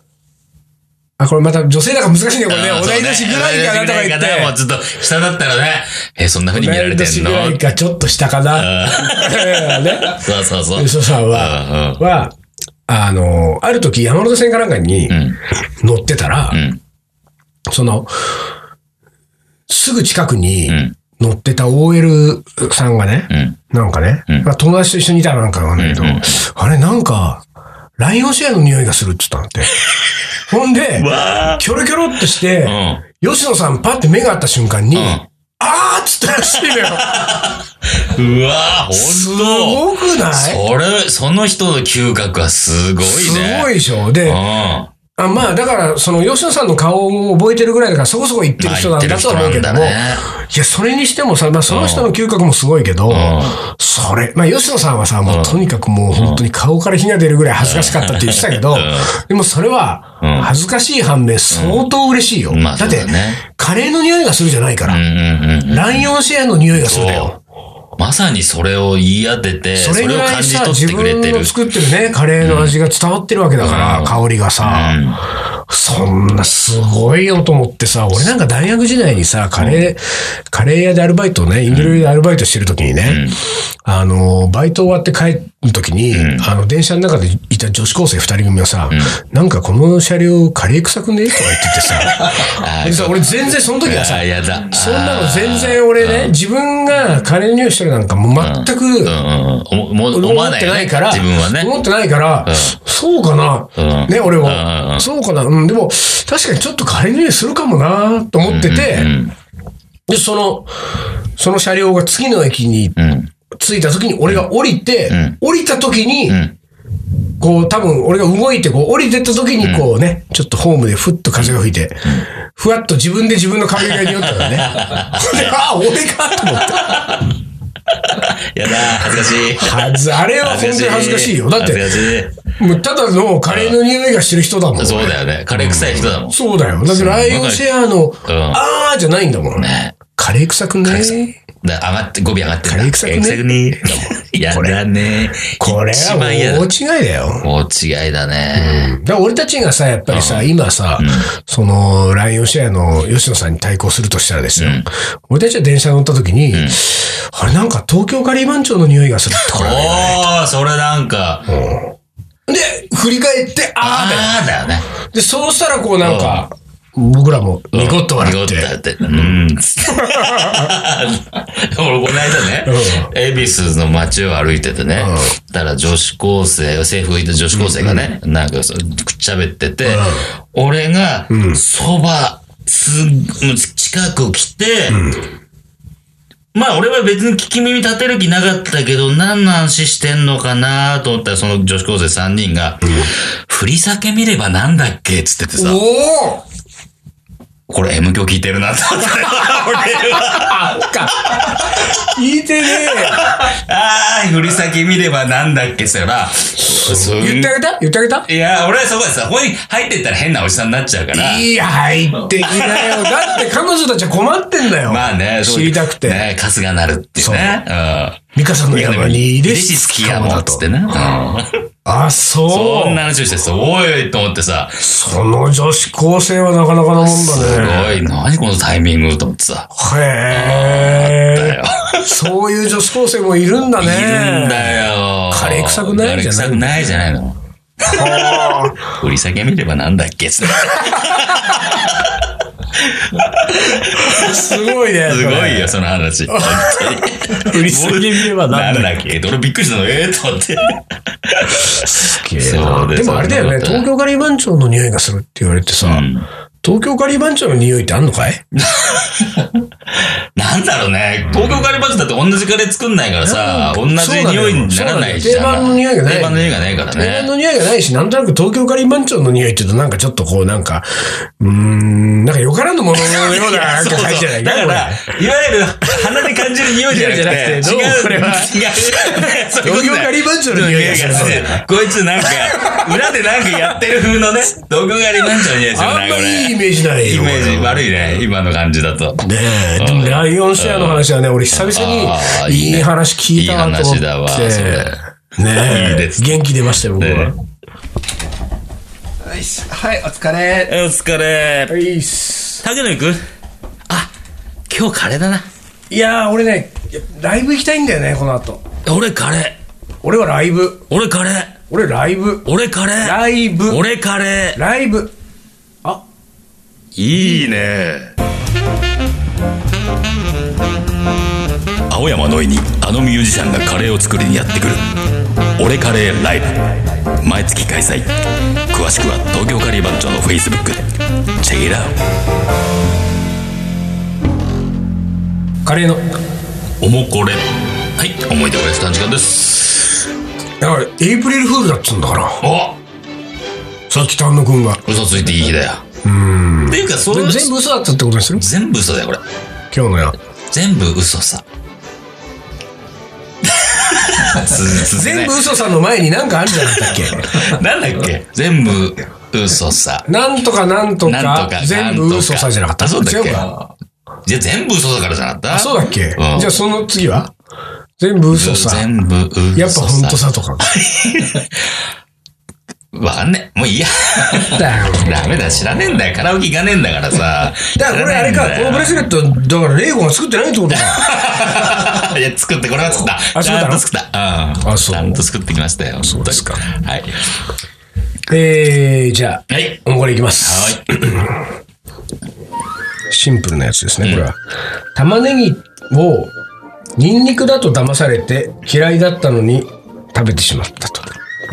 [SPEAKER 1] あ、これまた女性だから難しいね、これね。
[SPEAKER 2] あー
[SPEAKER 1] 同い年ぐらいかなとか言っ
[SPEAKER 2] 同い年ぐらいかなも
[SPEAKER 1] て
[SPEAKER 2] う。ずっと下だったらね、え、そんな風に見られて
[SPEAKER 1] 同い
[SPEAKER 2] んの
[SPEAKER 1] 年ぐらいか、ちょっと下かな。 ね。
[SPEAKER 2] そうそうそう。
[SPEAKER 1] 吉野さん
[SPEAKER 2] うん
[SPEAKER 1] は、は、あの、ある時山手線かなんかに乗ってたら、
[SPEAKER 2] ん
[SPEAKER 1] その、すぐ近くに
[SPEAKER 2] ん
[SPEAKER 1] 乗ってた OL さんがね、
[SPEAKER 2] うん。
[SPEAKER 1] なんかね、まあ、友達と一緒にいたらなんかわかんないけど、
[SPEAKER 2] うんうんうん
[SPEAKER 1] あれなんか、ライオンシェアの匂いがするって言ったんだ って。ほんで、
[SPEAKER 2] わ
[SPEAKER 1] キョロキョロっとして、
[SPEAKER 2] うん。
[SPEAKER 1] 吉野さんパッて目が合った瞬間に、
[SPEAKER 2] ん
[SPEAKER 1] あーっつったらしいのよ。
[SPEAKER 2] うわー、ほんと
[SPEAKER 1] すごくない
[SPEAKER 2] それ、その人の嗅覚はすごいね。
[SPEAKER 1] すごい
[SPEAKER 2] い。
[SPEAKER 1] でしょ。で
[SPEAKER 2] う、ん。
[SPEAKER 1] あまあ、だから、その、吉野さんの顔を覚えてるぐらいだから、そこそこ言ってる人なんだとは思うけども、
[SPEAKER 2] まあ
[SPEAKER 1] い
[SPEAKER 2] 言ってる人なん
[SPEAKER 1] や、それにしてもさ、まあ、その人の嗅覚もすごいけど、それ、まあ、吉野さんはさ、もう、とにかくもう、本当に顔から火が出るぐらい恥ずかしかったって言ってたけど、でも、それは
[SPEAKER 2] うん、
[SPEAKER 1] 恥ずかしい反面、相当嬉しいよ。
[SPEAKER 2] まあ
[SPEAKER 1] だって
[SPEAKER 2] そうだね、
[SPEAKER 1] カレーの匂いがするじゃないか
[SPEAKER 2] う
[SPEAKER 1] ら、
[SPEAKER 2] んうんうん。
[SPEAKER 1] ライオンシェアの匂いがするんだよ。
[SPEAKER 2] そうまさにそれを言い当てて、そ
[SPEAKER 1] それ
[SPEAKER 2] れ
[SPEAKER 1] ぐ
[SPEAKER 2] を
[SPEAKER 1] ら
[SPEAKER 2] 感
[SPEAKER 1] い
[SPEAKER 2] じ
[SPEAKER 1] さ、
[SPEAKER 2] 取
[SPEAKER 1] 自
[SPEAKER 2] ってくれ
[SPEAKER 1] 分
[SPEAKER 2] てる
[SPEAKER 1] の。作ってるね、カレーの味が伝わってるわけだから、香りがさ、そこんなすごいよと思ってさ、俺なんか大学時代にさ、カレー、カレー屋でアルバイトをね、インド料理屋でアルバイトしてる時にね、あの、バイト終わって帰る時に、あの、電車の中でいた女子高生二人組がさ、なんかこの車両カレー臭くねとか言っててさ、
[SPEAKER 2] あ
[SPEAKER 1] でさ俺全然その時はさ
[SPEAKER 2] あ、ーやだ。
[SPEAKER 1] そんなの全然俺ね、自分がカレーの匂いしてるなんかもう全く、
[SPEAKER 2] あー。うんうんうん。思思
[SPEAKER 1] 思
[SPEAKER 2] わ
[SPEAKER 1] っ
[SPEAKER 2] ない
[SPEAKER 1] て
[SPEAKER 2] よ
[SPEAKER 1] な
[SPEAKER 2] ね。
[SPEAKER 1] いから、
[SPEAKER 2] 自分はね。
[SPEAKER 1] 思ってないから、そうかな、
[SPEAKER 2] うん
[SPEAKER 1] ね、俺
[SPEAKER 2] うんうんう
[SPEAKER 1] は。
[SPEAKER 2] ん
[SPEAKER 1] そうかな、うん、でも、確かにちょっとカレーの匂いするかもなと思ってて、
[SPEAKER 2] うん
[SPEAKER 1] で、その、その車両が次の駅に
[SPEAKER 2] うん。うん。
[SPEAKER 1] 着いた時に、俺が降りて、
[SPEAKER 2] ん
[SPEAKER 1] 降りた時に、
[SPEAKER 2] ん
[SPEAKER 1] こう、多分、俺が動いて、こう、降りてった時に、こうね、ちょっとホームでふっと風が吹いて、ふわっと自分で自分の髪が匂ったのね。で あ、俺かと思って。
[SPEAKER 2] やだ、 恥ずかしい。
[SPEAKER 1] はずあれは本当に恥ずかしいよ。だって、
[SPEAKER 2] 恥ずかし
[SPEAKER 1] もうただのカレーの匂いがしてる人だもん
[SPEAKER 2] い。。そうだよね。カレー臭い人だもん。
[SPEAKER 1] そうだよ。だってライオンシェアの、あーじゃないんだもん。
[SPEAKER 2] ね
[SPEAKER 1] カレー臭くね
[SPEAKER 2] だ上がって、語尾上がってんだ
[SPEAKER 1] カレー臭くね
[SPEAKER 2] カレー臭くねやだね。
[SPEAKER 1] これ
[SPEAKER 2] 一
[SPEAKER 1] はもう
[SPEAKER 2] 番嫌だ。
[SPEAKER 1] 大違いだよ。
[SPEAKER 2] もう違いだね。
[SPEAKER 1] だから俺たちがさ、やっぱりさ、今さ、その、ライオンシェアの吉野さんに対抗するとしたらですよ。俺たちは電車乗った時に、あれなんか東京カリー番長の匂いがするってこれはね
[SPEAKER 2] おー、それなんか、
[SPEAKER 1] で、振り返って、あーだよ。
[SPEAKER 2] あーだよね。
[SPEAKER 1] で、そうしたらこうなんか、僕らもニコッと笑っ
[SPEAKER 2] ニ
[SPEAKER 1] て
[SPEAKER 2] コ。ッと笑って。うん。 俺、この間ね、恵比寿の街を歩いててね、たら女子高生、制服着た女子高生がね、なんかそう、くっちゃべってて、俺が、そば、すん、近く来て、まあ俺は別に聞き耳立てる気なかったけど、何の話してんのかなと思ったら、その女子高生3人が、振り裂け見ればなんだっけっつっててさ、
[SPEAKER 1] おー
[SPEAKER 2] これ M 響聞いてるなと 思って。俺
[SPEAKER 1] あ
[SPEAKER 2] は、
[SPEAKER 1] っか。聞いてね
[SPEAKER 2] あー、振り先見ればなんだっけそれは、そ
[SPEAKER 1] え。言ってあげた言ってあげた
[SPEAKER 2] いや、俺はそこでさ、ここに入ってったら変なおじさんになっちゃうから。
[SPEAKER 1] いや、入ってきなよ。だって彼女たちは困ってんだよ。
[SPEAKER 2] まあね、そう
[SPEAKER 1] 知りたくて。
[SPEAKER 2] ね、春日なるっていうね。
[SPEAKER 1] 美香さん
[SPEAKER 2] う
[SPEAKER 1] の
[SPEAKER 2] ん。
[SPEAKER 1] 山に入れ
[SPEAKER 2] し
[SPEAKER 1] し
[SPEAKER 2] 好
[SPEAKER 1] 好
[SPEAKER 2] き
[SPEAKER 1] き
[SPEAKER 2] や
[SPEAKER 1] や
[SPEAKER 2] も
[SPEAKER 1] も
[SPEAKER 2] ん
[SPEAKER 1] ん
[SPEAKER 2] っ
[SPEAKER 1] っつ
[SPEAKER 2] つっ
[SPEAKER 1] ってて
[SPEAKER 2] ね。
[SPEAKER 1] あ、そう。
[SPEAKER 2] そんな話をしてさ、おいと思ってさ、す
[SPEAKER 1] その女子高生はなかなかなもん
[SPEAKER 2] ご
[SPEAKER 1] だね。
[SPEAKER 2] い、何このタイミングと思ってさ。
[SPEAKER 1] へ
[SPEAKER 2] だよ。
[SPEAKER 1] え。そういう女子高生もいるんだね。
[SPEAKER 2] いるんだよ。
[SPEAKER 1] カレー臭くないじゃない
[SPEAKER 2] カレー臭くないじゃないの。
[SPEAKER 1] は
[SPEAKER 2] 振り下げ見ればなんだっけっ つって
[SPEAKER 1] あすごいね。
[SPEAKER 2] すごいよ、そ の話。本当に
[SPEAKER 1] 売り下げ見ればなんだっけ
[SPEAKER 2] っけ俺びっくりしたの。ええと 思って。
[SPEAKER 1] それ
[SPEAKER 2] そうです
[SPEAKER 1] でもあれだよね、
[SPEAKER 2] そんなことない
[SPEAKER 1] 東京カリー番長の匂いがするって言われてさ、東京カリー番長の匂いってあんのかい
[SPEAKER 2] なんだろうね。東京カレーパンチだって同じカレー作んないからさ、同じ匂いにならないじゃん。
[SPEAKER 1] そうなんだよ定番の匂いがない
[SPEAKER 2] 定番の匂いがないから
[SPEAKER 1] 定番
[SPEAKER 2] ね。
[SPEAKER 1] の匂いがないし、なんとなく東京カリー番長の匂いって言うと、なんかちょっとこう、なんか、うーん、なんかよからぬもののような、なん
[SPEAKER 2] そ
[SPEAKER 1] か
[SPEAKER 2] うそう
[SPEAKER 1] 入ってない
[SPEAKER 2] だから、いわゆる鼻で感じる匂い じゃなく
[SPEAKER 1] 匂い
[SPEAKER 2] て、
[SPEAKER 1] じゃなくてどう
[SPEAKER 2] 違う、
[SPEAKER 1] これは
[SPEAKER 2] 違う。そういうこ
[SPEAKER 1] 東
[SPEAKER 2] と
[SPEAKER 1] 京
[SPEAKER 2] だよ
[SPEAKER 1] カリー番長の匂いがする。
[SPEAKER 2] こいつなんか、裏でなんかやってる風のね、東京カレーパンチの匂いする
[SPEAKER 1] あ
[SPEAKER 2] なんこ
[SPEAKER 1] ま
[SPEAKER 2] れ。
[SPEAKER 1] いいイメージない
[SPEAKER 2] イ
[SPEAKER 1] よ。
[SPEAKER 2] メージ悪いね、今の感じだと。
[SPEAKER 1] ねえ、でもねライオンシェアの話はね、俺久
[SPEAKER 2] あ
[SPEAKER 1] 々
[SPEAKER 2] ー
[SPEAKER 1] に
[SPEAKER 2] いいね
[SPEAKER 1] いい話聞いたわと思って。
[SPEAKER 2] いい話だわそれいい
[SPEAKER 1] ねえ
[SPEAKER 2] です
[SPEAKER 1] 元気出ましたよ、僕は
[SPEAKER 2] ね。
[SPEAKER 1] はい、お疲れ。
[SPEAKER 2] お疲れ。
[SPEAKER 1] いっす
[SPEAKER 2] 竹野行くあ、今日カレーだな。
[SPEAKER 1] いやー、俺ね、ライブ行きたいんだよね、この後。
[SPEAKER 2] 俺カレ
[SPEAKER 1] 俺はライブ
[SPEAKER 2] ー。。俺カレー。
[SPEAKER 1] 俺ライブ。
[SPEAKER 2] 俺カレー。
[SPEAKER 1] ライブ。
[SPEAKER 2] 俺カレー。
[SPEAKER 1] ライブ。
[SPEAKER 2] いいね。青山のいにあのミュージシャンがカレーを作りにやってくる「俺カレーライブ」毎月開催詳しくは東京カリー番長のフェイスブックでチェイラー
[SPEAKER 1] カレーの。
[SPEAKER 2] おもこれはい思い出をやすた時間です
[SPEAKER 1] だから、エイプリルフールだっつうんだから。
[SPEAKER 2] お
[SPEAKER 1] さっき丹野くんが。
[SPEAKER 2] 嘘ついていい日だようんっていうかそれ
[SPEAKER 1] 全部嘘だったってことにする
[SPEAKER 2] 全部嘘だよこれ
[SPEAKER 1] 今日のや。
[SPEAKER 2] 全部嘘さ
[SPEAKER 1] 全部嘘さんの前になんかあるじゃなかったっけ
[SPEAKER 2] なんだっけ全部嘘さ。
[SPEAKER 1] なんとかなんと
[SPEAKER 2] なん
[SPEAKER 1] か
[SPEAKER 2] とか。、
[SPEAKER 1] 全部嘘さじゃなかった。
[SPEAKER 2] あそうだっけ
[SPEAKER 1] 違うか
[SPEAKER 2] じゃあ全部嘘だからじゃなかった
[SPEAKER 1] あそうだっけじ
[SPEAKER 2] ん
[SPEAKER 1] ゃあその次は全部嘘さ。
[SPEAKER 2] 全部嘘さ。
[SPEAKER 1] やっぱ本当。さとか。
[SPEAKER 2] わかんねえ。もういいや。
[SPEAKER 1] だよ。
[SPEAKER 2] ダメだ、知らねえんだよ。カラオケ行かねえんだからさ。
[SPEAKER 1] だからこれあれか、このブレスレット、だからレイゴンが作ってないってことか。
[SPEAKER 2] いや、作って、これは作った。
[SPEAKER 1] あ作
[SPEAKER 2] ち
[SPEAKER 1] ったの
[SPEAKER 2] ゃんと作った。うん。
[SPEAKER 1] あそう
[SPEAKER 2] ちゃんと作ってきましたよ。
[SPEAKER 1] そうですか
[SPEAKER 2] 本当にはい。
[SPEAKER 1] えー、じゃあ、
[SPEAKER 2] はい。
[SPEAKER 1] もうこれいきます。
[SPEAKER 2] はい。
[SPEAKER 1] シンプルなやつですね、これは。玉ねぎを、ニンニクだと騙されて、嫌いだったのに食べてしまったと。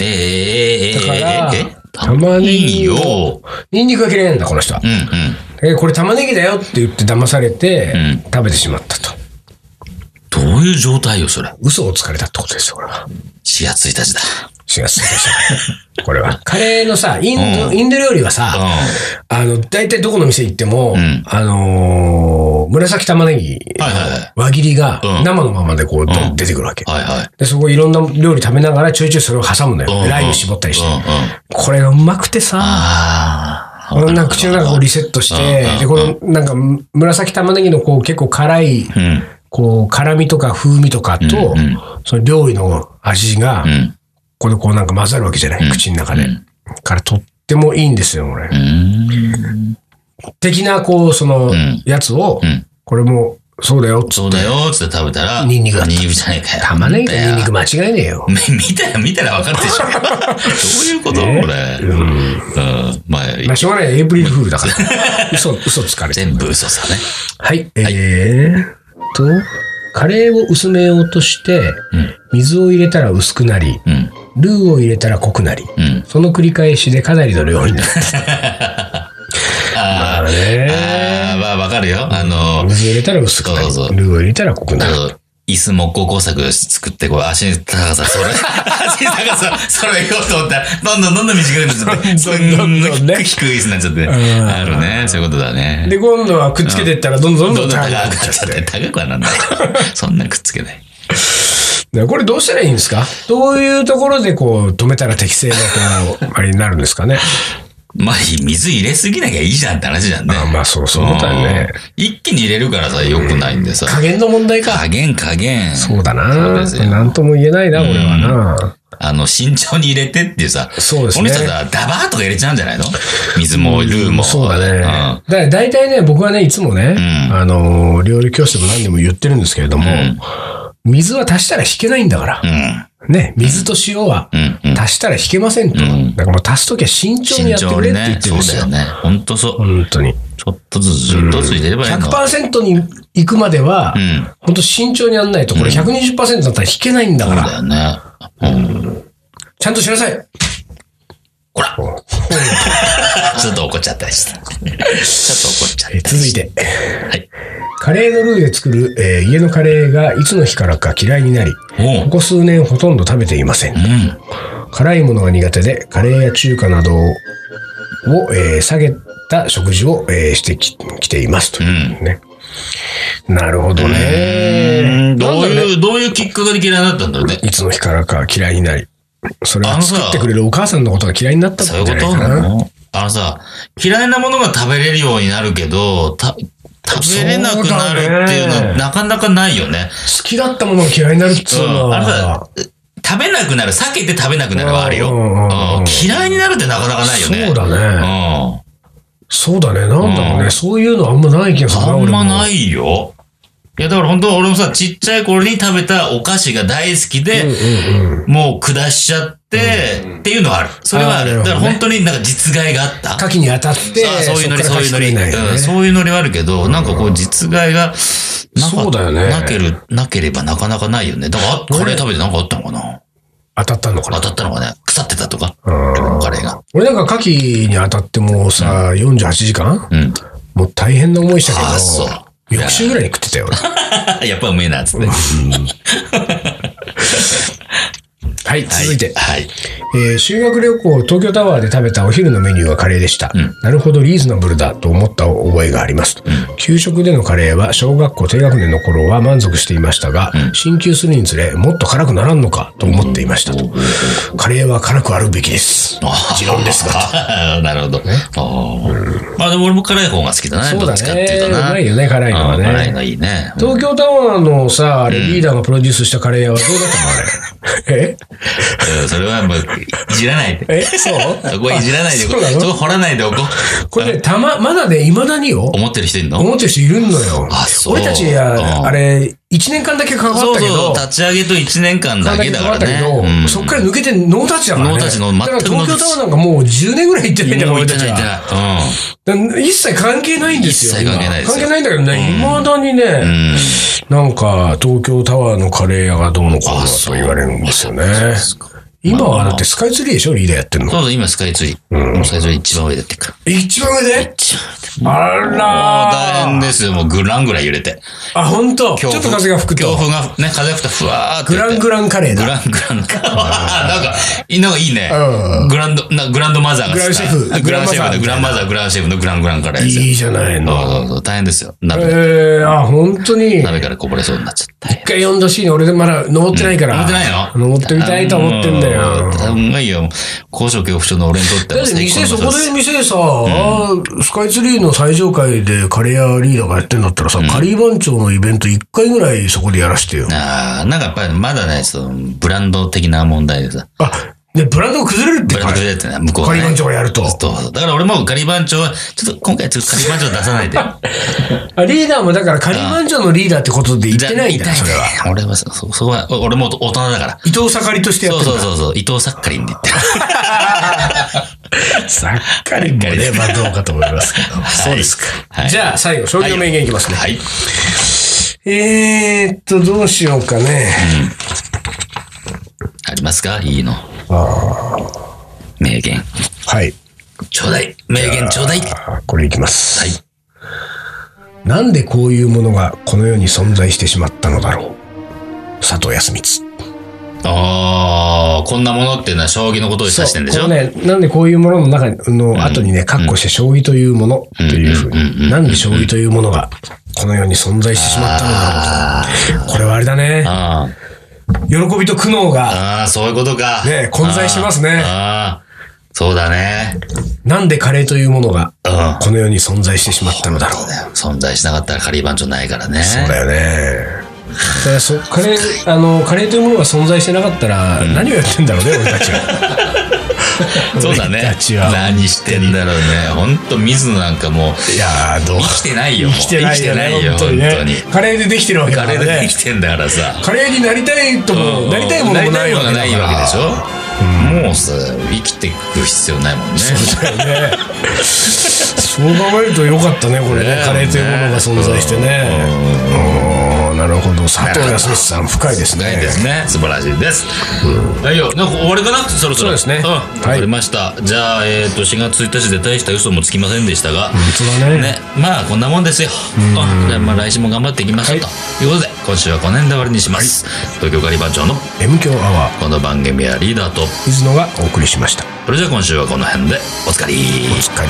[SPEAKER 2] ええええええ
[SPEAKER 1] だから
[SPEAKER 2] えええ、
[SPEAKER 1] 玉ねぎ
[SPEAKER 2] いい
[SPEAKER 1] を
[SPEAKER 2] よ、
[SPEAKER 1] ニンニクが嫌いなんだ、この人は
[SPEAKER 2] う。んうん。
[SPEAKER 1] えーこれ玉ねぎだよって言って騙されて
[SPEAKER 2] うん、
[SPEAKER 1] 食べてしまったと。
[SPEAKER 2] どういう状態よ、それ。
[SPEAKER 1] 嘘をつかれたってことですよ、これ は。
[SPEAKER 2] 4月1日だ。
[SPEAKER 1] 4月1日。これは。カレーのさ、インド、
[SPEAKER 2] うん
[SPEAKER 1] インド料理はさ、あの、大体どこの店行っても、
[SPEAKER 2] ん
[SPEAKER 1] あのー紫玉ねぎ、
[SPEAKER 2] はいはいはい
[SPEAKER 1] 輪切りが
[SPEAKER 2] うん
[SPEAKER 1] 生のままでこう、ど
[SPEAKER 2] うん
[SPEAKER 1] 出てくるわけ。
[SPEAKER 2] はいはい。
[SPEAKER 1] で、そこいろんな料理食べながらちょいちょいそれを挟むのよ。
[SPEAKER 2] うんうん
[SPEAKER 1] ライム絞ったりして。
[SPEAKER 2] うんうん
[SPEAKER 1] これがうまくてさ、
[SPEAKER 2] ああ。
[SPEAKER 1] なんか口の中をリセットして、
[SPEAKER 2] うん
[SPEAKER 1] で、このなんか紫玉ねぎのこう結構辛い、
[SPEAKER 2] うん。
[SPEAKER 1] こう辛味とか風味とかと、
[SPEAKER 2] うんうん
[SPEAKER 1] その料理の味が、
[SPEAKER 2] うん。
[SPEAKER 1] これこうなんか混ざるわけじゃない、口の中で。
[SPEAKER 2] うん
[SPEAKER 1] からとってもいいんですよ、これ。
[SPEAKER 2] うん。
[SPEAKER 1] 的な、こう、その
[SPEAKER 2] ん、
[SPEAKER 1] やつを、
[SPEAKER 2] うん
[SPEAKER 1] これも、そうだよ。
[SPEAKER 2] そうだよ、つって食べたら。
[SPEAKER 1] ニンニクだった
[SPEAKER 2] ニンニクじゃねえかよ。
[SPEAKER 1] 玉ねぎと
[SPEAKER 2] だよ
[SPEAKER 1] ニンニク間違いねえよ。
[SPEAKER 2] み 見たら、見たら分かって しまう。どういうことこれ。うん。まあ、
[SPEAKER 1] まあ、しょうがない。エイプリルフールだから。嘘、嘘つかれて。
[SPEAKER 2] 全部嘘さね。
[SPEAKER 1] はい。えーっと、カレーを薄めようとして、水を入れたら薄くなり、
[SPEAKER 2] うん。
[SPEAKER 1] ルーを入れたら濃くなり、
[SPEAKER 2] うん。
[SPEAKER 1] その繰り返しでかなりの料理になる。
[SPEAKER 2] あーあー、まあ、分かるよ。あの、
[SPEAKER 1] 水を入れたら薄くなり、
[SPEAKER 2] そうそう
[SPEAKER 1] ルーを入れたら濃くなる。
[SPEAKER 2] そう椅子木工工作作って、こう、足の高さ、それ、足の高さ、それ行こうと思ったら、どんどんどんどん短くなっちゃって、すん
[SPEAKER 1] どんどんどん
[SPEAKER 2] ご
[SPEAKER 1] ね
[SPEAKER 2] い低い椅子になっちゃって、
[SPEAKER 1] ん
[SPEAKER 2] あるね、そういうことだね。
[SPEAKER 1] で、今度はくっつけていったら、どんどんど
[SPEAKER 2] ど
[SPEAKER 1] ん
[SPEAKER 2] んどん
[SPEAKER 1] どん高
[SPEAKER 2] 高く
[SPEAKER 1] く
[SPEAKER 2] な
[SPEAKER 1] なっ
[SPEAKER 2] っ
[SPEAKER 1] ちゃう
[SPEAKER 2] ちゃって、高くはなんない。そんなくっつけな
[SPEAKER 1] だ
[SPEAKER 2] い。
[SPEAKER 1] からこれどうしたらいいんですかどういうところでこう止めたら適正なこう、あれになるんですかね。
[SPEAKER 2] まあ、水入れすぎなきゃいいじゃんって話じゃんね。
[SPEAKER 1] あまあそうそういうことだよね
[SPEAKER 2] うん。一気に入れるからさ、良くないんでさ。
[SPEAKER 1] 加減の問題か。
[SPEAKER 2] 加減加減。
[SPEAKER 1] そうだ
[SPEAKER 2] そう
[SPEAKER 1] な。
[SPEAKER 2] ですよ
[SPEAKER 1] なんとも言えないな、俺はな。
[SPEAKER 2] あの、慎重に入れてっていうさ。
[SPEAKER 1] そうですね
[SPEAKER 2] この人さ、ダバーっとか入れちゃうんじゃないの水もルーも。
[SPEAKER 1] そうだね。だから大体ね、僕はね、いつもね、
[SPEAKER 2] うん
[SPEAKER 1] あのー、料理教室でも何でも言ってるんですけれども、
[SPEAKER 2] ん
[SPEAKER 1] 水は足したら引けないんだから
[SPEAKER 2] う。ん。
[SPEAKER 1] ね、水と塩は
[SPEAKER 2] うん。うん。
[SPEAKER 1] 足したら引けませんと。
[SPEAKER 2] ん
[SPEAKER 1] だからもう足すときは慎重に
[SPEAKER 2] 慎
[SPEAKER 1] やって
[SPEAKER 2] 重
[SPEAKER 1] くれっ
[SPEAKER 2] に
[SPEAKER 1] て言
[SPEAKER 2] ね
[SPEAKER 1] っ。てる
[SPEAKER 2] そ
[SPEAKER 1] ん
[SPEAKER 2] う
[SPEAKER 1] です
[SPEAKER 2] だ
[SPEAKER 1] よ。
[SPEAKER 2] よね。ほんとそう。
[SPEAKER 1] 本当に。
[SPEAKER 2] ちょっとずつ、ちょっとずつ入れればいいの。
[SPEAKER 1] 100%に行くまでは、
[SPEAKER 2] ん
[SPEAKER 1] 本当慎重にやんないと、これ120%だったら引けないんだか
[SPEAKER 2] そう
[SPEAKER 1] ら、
[SPEAKER 2] だよね。うん。
[SPEAKER 1] ちゃんとしなさい。
[SPEAKER 2] ほら。
[SPEAKER 1] は
[SPEAKER 2] ちょっと怒っちゃったりして。ちょっと怒っちゃった
[SPEAKER 1] い
[SPEAKER 2] り
[SPEAKER 1] 続いて。
[SPEAKER 2] はい。
[SPEAKER 1] カレーのルーで作る、えー家のカレーがいつの日からか嫌いになり、
[SPEAKER 2] お
[SPEAKER 1] こ
[SPEAKER 2] う。
[SPEAKER 1] こ数年ほとんど食べていません。
[SPEAKER 2] うん。
[SPEAKER 1] 辛いものが苦手で、カレーや中華などを、えー下げた食事を、えーしてききていますというね。なるほどね。
[SPEAKER 2] ど
[SPEAKER 1] な
[SPEAKER 2] う
[SPEAKER 1] んだろね
[SPEAKER 2] いう、どういうきっかけで嫌いになったんだろうね。
[SPEAKER 1] いつの日からか嫌いになり、それ
[SPEAKER 2] あ
[SPEAKER 1] を
[SPEAKER 2] のさ
[SPEAKER 1] 作ってくれるお母さんのことが嫌いになったって
[SPEAKER 2] そういうことなのあのさ、嫌いなものが食べれるようになるけど、た食べれなくなるっていう
[SPEAKER 1] そうだ
[SPEAKER 2] の
[SPEAKER 1] ね
[SPEAKER 2] はなかなかないよね。
[SPEAKER 1] 好きだったものが嫌いになるっつうの
[SPEAKER 2] うんあれ
[SPEAKER 1] は
[SPEAKER 2] さ、食べなくなる、避けて食べなくなるはあるよ。
[SPEAKER 1] う
[SPEAKER 2] うん
[SPEAKER 1] うんうんうん
[SPEAKER 2] ん嫌いになるってなかなかないよね。
[SPEAKER 1] そうだね。
[SPEAKER 2] ね。
[SPEAKER 1] そうだね。なんだろう
[SPEAKER 2] う
[SPEAKER 1] ね。
[SPEAKER 2] ん
[SPEAKER 1] そういうのあんまない気がするな、
[SPEAKER 2] あん
[SPEAKER 1] 俺も。
[SPEAKER 2] まないよ。いや、だから本当俺もさ、ちっちゃい頃に食べたお菓子が大好きで、
[SPEAKER 1] うんうん。
[SPEAKER 2] もう下しちゃって、っていうのはある。それはあ
[SPEAKER 1] あー
[SPEAKER 2] る。
[SPEAKER 1] なるほ
[SPEAKER 2] だ
[SPEAKER 1] ど
[SPEAKER 2] か
[SPEAKER 1] ね
[SPEAKER 2] ら本当になんか実害があった。
[SPEAKER 1] 牡蠣に当たって、
[SPEAKER 2] ああそういうノリ、
[SPEAKER 1] そ
[SPEAKER 2] そ
[SPEAKER 1] っ
[SPEAKER 2] う
[SPEAKER 1] から
[SPEAKER 2] いうノ
[SPEAKER 1] 牡蠣食えないよ
[SPEAKER 2] リ。うん
[SPEAKER 1] ね。
[SPEAKER 2] そういうノリはあるけど、なんかこう実害がなか
[SPEAKER 1] そうだよね
[SPEAKER 2] なける、なければなかなかないよね。だから、あカレー食べてなんかあったのかな
[SPEAKER 1] 当たったのか
[SPEAKER 2] 当
[SPEAKER 1] な。
[SPEAKER 2] たったのかね腐ってたとか
[SPEAKER 1] うん
[SPEAKER 2] カレーが。
[SPEAKER 1] 俺なんか牡蠣に当たってもうさ、48時間
[SPEAKER 2] うん。
[SPEAKER 1] もう大変な思いした
[SPEAKER 2] あそう
[SPEAKER 1] けど、翌週ぐらいに食ってたよ。俺
[SPEAKER 2] やっぱうめえな、つって。
[SPEAKER 1] はい、続いて。
[SPEAKER 2] はい。
[SPEAKER 1] えー修学旅行、東京タワーで食べたお昼のメニューはカレーでした。なるほどリーズナブルだと思った覚えがあります。給食でのカレーは小学校低学年の頃は満足していましたが、進級するにつれもっと辛くならんのかと思っていましたと。カレーは辛くあるべきです。持論ですが。
[SPEAKER 2] が。 なるほど。あーまあでも俺も辛い方が好きだ
[SPEAKER 1] そう
[SPEAKER 2] ね。
[SPEAKER 1] だね
[SPEAKER 2] どっちかっていうとな。
[SPEAKER 1] うまいよね辛いのはね
[SPEAKER 2] うん辛いのいいね。
[SPEAKER 1] 東京タワーのさ、あれリーダーがプロデュースしたカレー屋はどうだったのあれ。え
[SPEAKER 2] うんそれはもう、いじらない で。
[SPEAKER 1] えそう
[SPEAKER 2] そこはいじらないでおこ
[SPEAKER 1] そう
[SPEAKER 2] う。
[SPEAKER 1] なの
[SPEAKER 2] そこ掘らないでおこう。
[SPEAKER 1] これね、たま、まだね、未だによ。
[SPEAKER 2] 思ってる人いるの
[SPEAKER 1] 思ってる人いるのよ
[SPEAKER 2] あ。そう
[SPEAKER 1] 俺たち
[SPEAKER 2] うん
[SPEAKER 1] や、あれ、1年間だけ関わ
[SPEAKER 2] そ
[SPEAKER 1] っ
[SPEAKER 2] う
[SPEAKER 1] たけ
[SPEAKER 2] そ
[SPEAKER 1] ど
[SPEAKER 2] う、、立ち上げと1年間だけだ
[SPEAKER 1] 関
[SPEAKER 2] か
[SPEAKER 1] わ
[SPEAKER 2] ら
[SPEAKER 1] ったけど
[SPEAKER 2] ね。うん
[SPEAKER 1] そっから抜けてノータッチだからね。
[SPEAKER 2] ノータッチの全く
[SPEAKER 1] だから東京タワー
[SPEAKER 2] ノ
[SPEAKER 1] なんかもう10年ぐらい行ってないんだから、
[SPEAKER 2] もう行
[SPEAKER 1] 俺
[SPEAKER 2] ったて
[SPEAKER 1] ち
[SPEAKER 2] ない行
[SPEAKER 1] は。
[SPEAKER 2] ってない。
[SPEAKER 1] だから一切関係ないんですよ。
[SPEAKER 2] 一切関係ないですよ
[SPEAKER 1] 関係ないんだけどね、未だに
[SPEAKER 2] う
[SPEAKER 1] ね、
[SPEAKER 2] ん。うん。
[SPEAKER 1] なんか東京タワーのカレー屋がどうのこうの
[SPEAKER 2] あ
[SPEAKER 1] と
[SPEAKER 2] そう
[SPEAKER 1] 言われるんですよね。今はだってスカイツリーでしょリーダーやってんの。
[SPEAKER 2] そうそう、今スカイツリー。スカイツリー一番上でってくる。
[SPEAKER 1] 一番上で
[SPEAKER 2] 一番
[SPEAKER 1] あ
[SPEAKER 2] 大
[SPEAKER 1] らー
[SPEAKER 2] 変ですよ。もうグランぐらい揺れて。
[SPEAKER 1] あ、ほんとちょっと風が吹く
[SPEAKER 2] 強
[SPEAKER 1] と。
[SPEAKER 2] 風が、ね、風が吹くとふわーっ
[SPEAKER 1] グ
[SPEAKER 2] て言っ
[SPEAKER 1] ラ
[SPEAKER 2] て。
[SPEAKER 1] ングランカ レー
[SPEAKER 2] グ
[SPEAKER 1] だ。
[SPEAKER 2] ラングラン。なんか、いいなんかいいね
[SPEAKER 1] う。
[SPEAKER 2] グランド、なグランドマザーが好き
[SPEAKER 1] グランシェフ
[SPEAKER 2] グランシェフだ。
[SPEAKER 1] グ
[SPEAKER 2] グ
[SPEAKER 1] ラ
[SPEAKER 2] ラ
[SPEAKER 1] ン
[SPEAKER 2] ン
[SPEAKER 1] マ
[SPEAKER 2] マザー、グランシェフのグラングランから
[SPEAKER 1] い
[SPEAKER 2] ですよ
[SPEAKER 1] いじゃないの。
[SPEAKER 2] そうそうそう。大変ですよ。鍋、
[SPEAKER 1] ええあ、本当に。一
[SPEAKER 2] 鍋からこぼれそうになっちゃった。
[SPEAKER 1] 回 4°C に俺でまだ登ってないから。
[SPEAKER 2] 登ってないの
[SPEAKER 1] 登ってみたいと思ってんだよ。
[SPEAKER 2] うまいよ。高所恐怖症の俺にとって
[SPEAKER 1] だっ
[SPEAKER 2] は
[SPEAKER 1] て店、そ
[SPEAKER 2] の
[SPEAKER 1] こで店さ、スカイツリーの最上階でカレー屋リーダーがやってんだったらさ、カリー番長のイベント1回ぐらいそこでやらしてよ。
[SPEAKER 2] ああ、なんかやっぱりまだね、その、ブランド的な問題でさ。
[SPEAKER 1] あ、で、ブランドが崩れるって
[SPEAKER 2] ブラン
[SPEAKER 1] カ
[SPEAKER 2] ド
[SPEAKER 1] レー
[SPEAKER 2] でってね、向こう
[SPEAKER 1] カ
[SPEAKER 2] ね
[SPEAKER 1] リー番長がやると。
[SPEAKER 2] そうそうだから俺もガリバン長は、ちょっと今回ちょっとガリバン長出さないで。
[SPEAKER 1] あリーダーもだからカリー番長のリーダーってことで言ってないんだ
[SPEAKER 2] じ
[SPEAKER 1] よ、そ
[SPEAKER 2] ゃあ
[SPEAKER 1] れは。
[SPEAKER 2] 痛いね俺はそ、そそこは、お俺も大人だから。
[SPEAKER 1] 伊藤盛りとしてやっ
[SPEAKER 2] そ
[SPEAKER 1] て
[SPEAKER 2] う
[SPEAKER 1] る
[SPEAKER 2] そうそうそう、伊藤サッカリンで言ってる。
[SPEAKER 1] さっかりもね、まあどうかと思いますけど。そうですか。
[SPEAKER 2] はい
[SPEAKER 1] じゃあ最後、商業名言いきますね。
[SPEAKER 2] はい。
[SPEAKER 1] えーっと、どうしようかね。
[SPEAKER 2] ありますかいいの。
[SPEAKER 1] あ
[SPEAKER 2] 名言。
[SPEAKER 1] ーはい。
[SPEAKER 2] ちょうだい。名言ちょうだい。は
[SPEAKER 1] あーこれいきます。
[SPEAKER 2] い。
[SPEAKER 1] なんでこういうものがこの世に存在してしまったのだろう。佐藤康光。
[SPEAKER 2] ああ、こんなものっていうのは将棋のことを指してんでしょ
[SPEAKER 1] このね、なんでこういうものの中の後にね、括弧して将棋というものというふう
[SPEAKER 2] うんうんうんう
[SPEAKER 1] に、
[SPEAKER 2] ん
[SPEAKER 1] なんで将棋というものがこの世に存在してしまったのだろう。これはあれだね。
[SPEAKER 2] あ
[SPEAKER 1] 喜びと苦悩
[SPEAKER 2] あ、
[SPEAKER 1] が
[SPEAKER 2] ああそういうことか。
[SPEAKER 1] ね、混在してますね。
[SPEAKER 2] ああ、そうだね。
[SPEAKER 1] なんでカレーというものが
[SPEAKER 2] うん。
[SPEAKER 1] この世に存在してしまったのだろう。
[SPEAKER 2] 存在しなかったら仮番長ないからね。
[SPEAKER 1] そうだよね。だからそカレーあのカレーというものが存在してなかったら、何をやってんだろうね俺たちは
[SPEAKER 2] そうだ
[SPEAKER 1] 俺
[SPEAKER 2] ね
[SPEAKER 1] たちは。
[SPEAKER 2] 何してんだろうね。ほんと、水野なんかもう、
[SPEAKER 1] いやーどう
[SPEAKER 2] 生きてないよ。もう
[SPEAKER 1] 生きてないよね
[SPEAKER 2] 生きて
[SPEAKER 1] 本当に
[SPEAKER 2] な
[SPEAKER 1] ね
[SPEAKER 2] いよ、本当に。
[SPEAKER 1] カレーでできてるわけだ
[SPEAKER 2] あ
[SPEAKER 1] か
[SPEAKER 2] れ
[SPEAKER 1] ら
[SPEAKER 2] で
[SPEAKER 1] ね
[SPEAKER 2] 生きてんだからさ。
[SPEAKER 1] カレーになりたいとも、なりたいものも
[SPEAKER 2] な
[SPEAKER 1] な
[SPEAKER 2] りた
[SPEAKER 1] い
[SPEAKER 2] い
[SPEAKER 1] わ
[SPEAKER 2] も
[SPEAKER 1] けだか
[SPEAKER 2] のがないわけで
[SPEAKER 1] ら
[SPEAKER 2] しょもうさ、生きていく必要ないもんね。
[SPEAKER 1] そう考えるとよかったねこれね
[SPEAKER 2] ね
[SPEAKER 1] カレーというものが存在してねうんなるほど佐藤康光さん深いですね
[SPEAKER 2] ないですね。素晴らしいです。はいよ、なんか終わりかなそろそろ。
[SPEAKER 1] そうですね
[SPEAKER 2] ん
[SPEAKER 1] はい
[SPEAKER 2] わかりました。じゃあ、えっと、4月1日で大した嘘もつきませんでしたが、
[SPEAKER 1] 本当だね
[SPEAKER 2] ね、まあこんなもんですよ。あじゃあまあ来週も頑張っていきましょうということで、今週はこの辺で終わりにします。東京ガリバン長の
[SPEAKER 1] M 強アワー
[SPEAKER 2] この番組はリーダーと、
[SPEAKER 1] 水野がお送りしました
[SPEAKER 2] それじゃあ今週はこの辺でおつかり
[SPEAKER 1] お疲れ